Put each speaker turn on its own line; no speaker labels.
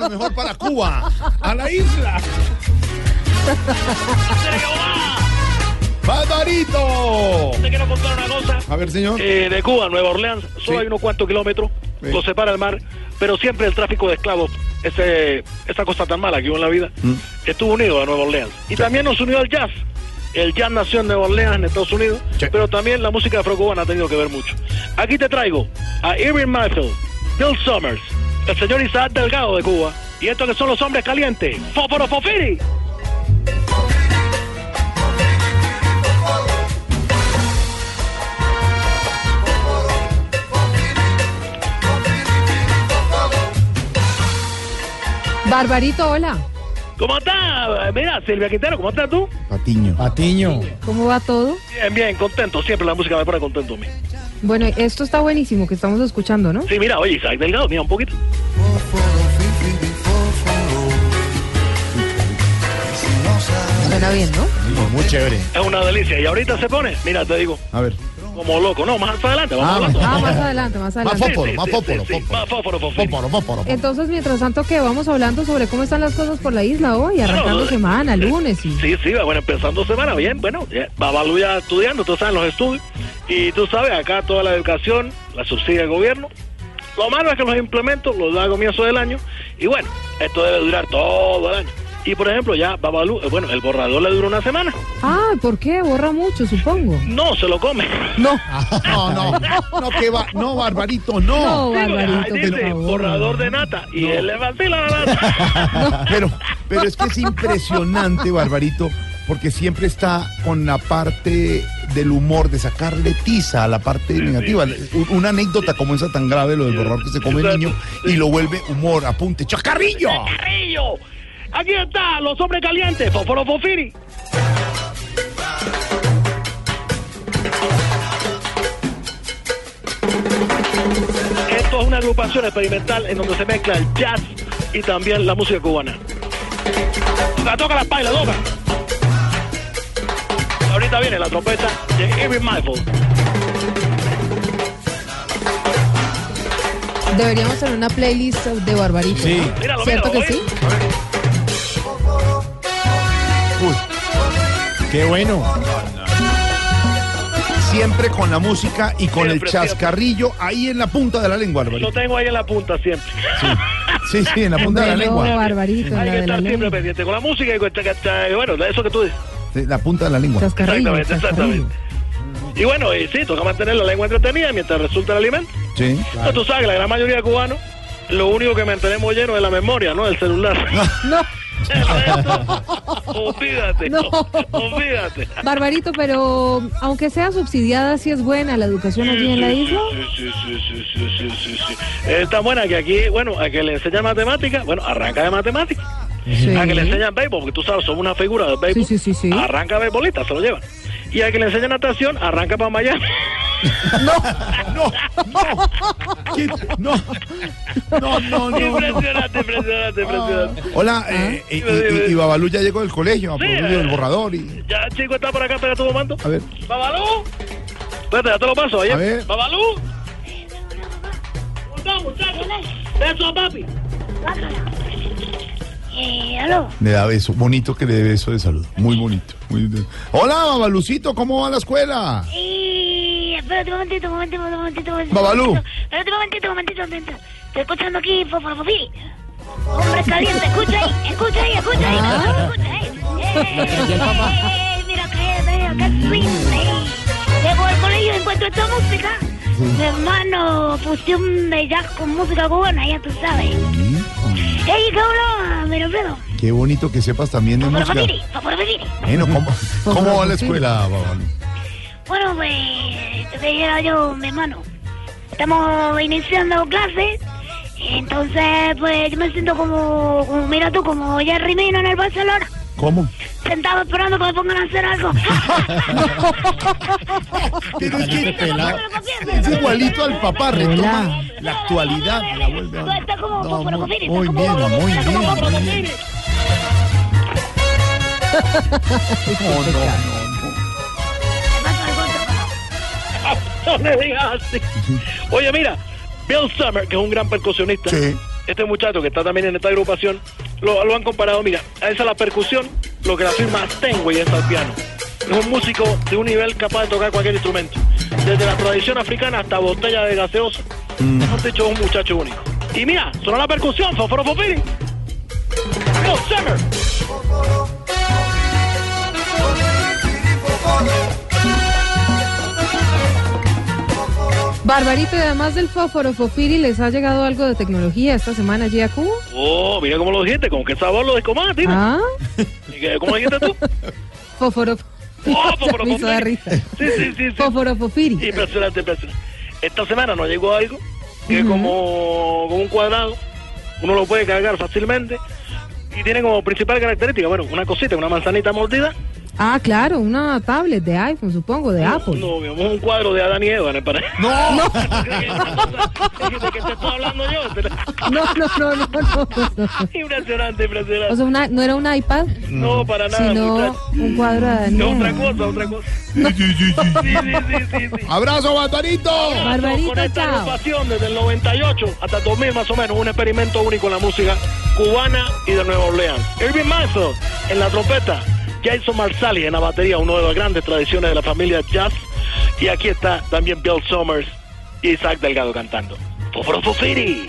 lo mejor para Cuba, a la isla. ¡Barbarito!
Te quiero contar una cosa.
A ver, señor.
Eh, de Cuba a Nueva Orleans solo
Sí.
hay unos cuantos kilómetros,
Sí.
lo separa el mar, pero siempre el tráfico de esclavos, ese, esa cosa tan mala que hubo en la vida,
Mm.
estuvo unido a Nueva Orleans. Y también nos unió el jazz. El jazz nació en Nueva Orleans, en Estados Unidos,
Sí.
pero también la música afrocubana ha tenido que ver mucho. Aquí te traigo a Irving Marshall, Bill Summers, el señor Isaac Delgado de Cuba, y estos que son los hombres calientes, Fóforo Fofiri.
Barbarito, hola.
¿Cómo estás? Mira, Silvia Quintero, ¿cómo estás tú?
Patiño. Patiño.
¿Cómo va todo?
Bien, bien, contento. Siempre la música me pone contento a mí.
Bueno, esto está buenísimo que estamos escuchando, ¿no?
Sí, mira, oye, Isaac Delgado, mira un poquito.
Suena bien, ¿no?
Muy chévere.
Es una delicia. Y ahorita se pone, mira, te digo,
A ver.
como loco. No, más adelante, vamos
Ah,
hablando.
bueno.
Ah, más adelante,
Más
más adelante.
fósforo,
sí,
más
sí,
fósforo,
sí, sí. Más fósforo, fósforo.
Fósforo, fósforo.
Entonces, mientras tanto, que vamos hablando sobre cómo están las cosas por la isla hoy, arrancando
Bueno,
semana,
eh,
lunes y...
Sí, sí, bueno, empezando semana, bien, bueno, ya, Babalu ya estudiando, tú sabes, los estudios. Y tú sabes, acá toda la educación la subsidia el gobierno. Lo malo es que los implementos los da a comienzo del año. Y bueno, esto debe durar todo el año. Y por ejemplo, ya Babalu, eh, bueno, el borrador le dura una semana.
Ah, ¿por qué? Borra mucho, supongo.
No, se lo come.
No.
No, Ah, no, no, que va, no, Barbarito,
No,
no.
Ahí
Oh, Barbarito, por
dice,
favor.
borrador de nata. Y él le vacila la nata.
Pero, pero es que es impresionante, Barbarito, porque siempre está con la parte del humor, de sacarle tiza a la parte negativa. U- Una anécdota como esa tan grave, lo del borrador que se come el niño, y lo vuelve humor, apunte, chacarrillo.
Carrillo. Aquí está, los hombres calientes, Foforo Fofiri. Esto es una agrupación experimental en donde se mezcla el jazz y también la música cubana. La toca la paila, toca. Ahorita viene la trompeta de Irving Mindful.
Deberíamos hacer una playlist de Barbarito.
Sí.
¿no?
Míralo,
¿Cierto
míralo,
que sí?
¿oí?
Uy. Qué bueno. Siempre con la música y con
Siempre,
el chascarrillo ahí en la punta de la lengua,
Lo
Alvarito.
tengo ahí en la punta siempre.
Sí, sí, en la punta de la
Hombre, no,
lengua.
Barbarito,
Hay
la
que
de la
estar siempre
lengua.
pendiente con la música y con bueno, eso que tú dices.
Sí, La punta de la lengua.
Chascarrillo,
Exactamente,
chascarrillo.
exactamente. Y bueno, y sí, toca mantener la lengua entretenida mientras resulta el alimento.
Sí.
Pero Tú sabes que la gran mayoría de cubanos, lo único que mantenemos lleno es la memoria, ¿no? El celular.
No,
El resto, olvídate.
No.
Olvídate.
Barbarito, pero aunque sea subsidiada, sí es buena la educación allí en la isla.
Sí, sí, sí, sí, sí, sí, sí. Es tan buena que aquí, bueno, a que le enseñan matemática, bueno, arranca de matemática.
Sí.
A que le enseñan béisbol, porque tú sabes, son una figura del béisbol.
Sí, sí, sí, sí.
Arranca béisbolista, se lo llevan. Y a que le enseñan natación, arranca para Miami.
No, no. ¿Qué? No. No, no, no. no.
Impresionante, impresionante, impresionante.
Hola,
Ah.
eh, y, y- y- y Babalú ya llegó del colegio a producir
eh.
el borrador y.
Ya el chico está por acá, espera tu momento.
A ver.
¡Babalú! Espérate, ya te lo paso,
A ver.
oye. ¡Babalú! ¡Muchacho, muchacho! ¡Beso a papi!
Eh, aló,
Le da beso. Bonito que le dé beso de salud. Muy bonito. muy bonito. Hola, Babalucito, ¿cómo va la escuela?
y Eh, espérate un momentito, un momentito, un momentito, un momentito.
Babalú.
Espérate un momentito, un momentito, un momentito. Estoy escuchando aquí, Fofofofi. Hombre caliente, escucha ahí, escucha ahí, escucha ahí, escucha ahí. Eh, eh, mira acá, mira acá, swing, eh. Llego al colegio y encuentro esta música. Mi hermano, fusión de jazz con música cubana, ya tú sabes. ¡Ey, qué hola, mi nombre!
Qué bonito que sepas también de música.
Foforofiri, Foforofiri.
Bueno, ¿cómo, cómo va la escuela, Babalú?
Bueno, pues, lo que era yo, mi hermano. Estamos iniciando clases, entonces, pues, yo me siento como, como mira tú, como Jerry Mina en el Barcelona,
¿Cómo?
sentado esperando que me pongan a hacer algo.
Pero es que es
Es
igualito al papá, retoma
Hola.
la actualidad. La vuelve a...
Está como
No,
Fósforo
muy-
Cofiri,
muy
está
bien,
como-
muy
está
bien.
como Fósforo
muy
Cofiri.
bien. No, no, no, no.
No le digas así. Oye, mira, Bill Summer, que es un gran percusionista,
Sí.
este muchacho que está también en esta agrupación, lo, lo han comparado, mira, a esa la percusión, lo que la firma Steinway es al piano. Es un músico de un nivel capaz de tocar cualquier instrumento, desde la tradición africana hasta botella de gaseosa.
Mm.
Mejor dicho, es un muchacho único. Y mira, sonó la percusión, fósforo fofiri. Bill Summer.
Barbarito, y además del fósforo Fofiri, ¿les ha llegado algo de tecnología esta semana allí a Cuba?
Oh, mira cómo lo dijiste, con qué sabor lo descomás, dime.
Ah,
¿Y qué- ¿Cómo dijiste tú?
fósforo.
Oh,
Me hizo dar
Fofiri.
risa.
Sí, sí, sí, sí.
Fósforo Fofiri.
Impresionante, impresionante. Esta semana nos llegó algo que es
Ujú.
como, como un cuadrado, uno lo puede cargar fácilmente y tiene como principal característica, bueno, una cosita, una manzanita mordida.
Ah, claro, una tablet de iPhone, supongo, de Apple.
No, mi amor, un cuadro de Adán y Eva en el paraíso.
No,
¿De qué te estoy hablando yo?
No, no, no, no, no. no.
Impresionante,
O
impresionante.
sea, una- no era un iPad,
No, para nada,
sino
muchacho.
un cuadro de
Es
Daniel.
otra cosa, otra cosa. Sí, sí, sí, sí, sí.
abrazo, Barbarito.
Barbarito,
con esta
chao.
agrupación desde el 98 hasta 2000 más o menos, un experimento único en la música cubana y de Nueva Orleans. Irving Marshall en la trompeta, Jason Marsalis en la batería, una de las grandes tradiciones de la familia jazz. Y aquí está también Bill Summers y Isaac Delgado cantando. ¡Foforo Fofiri!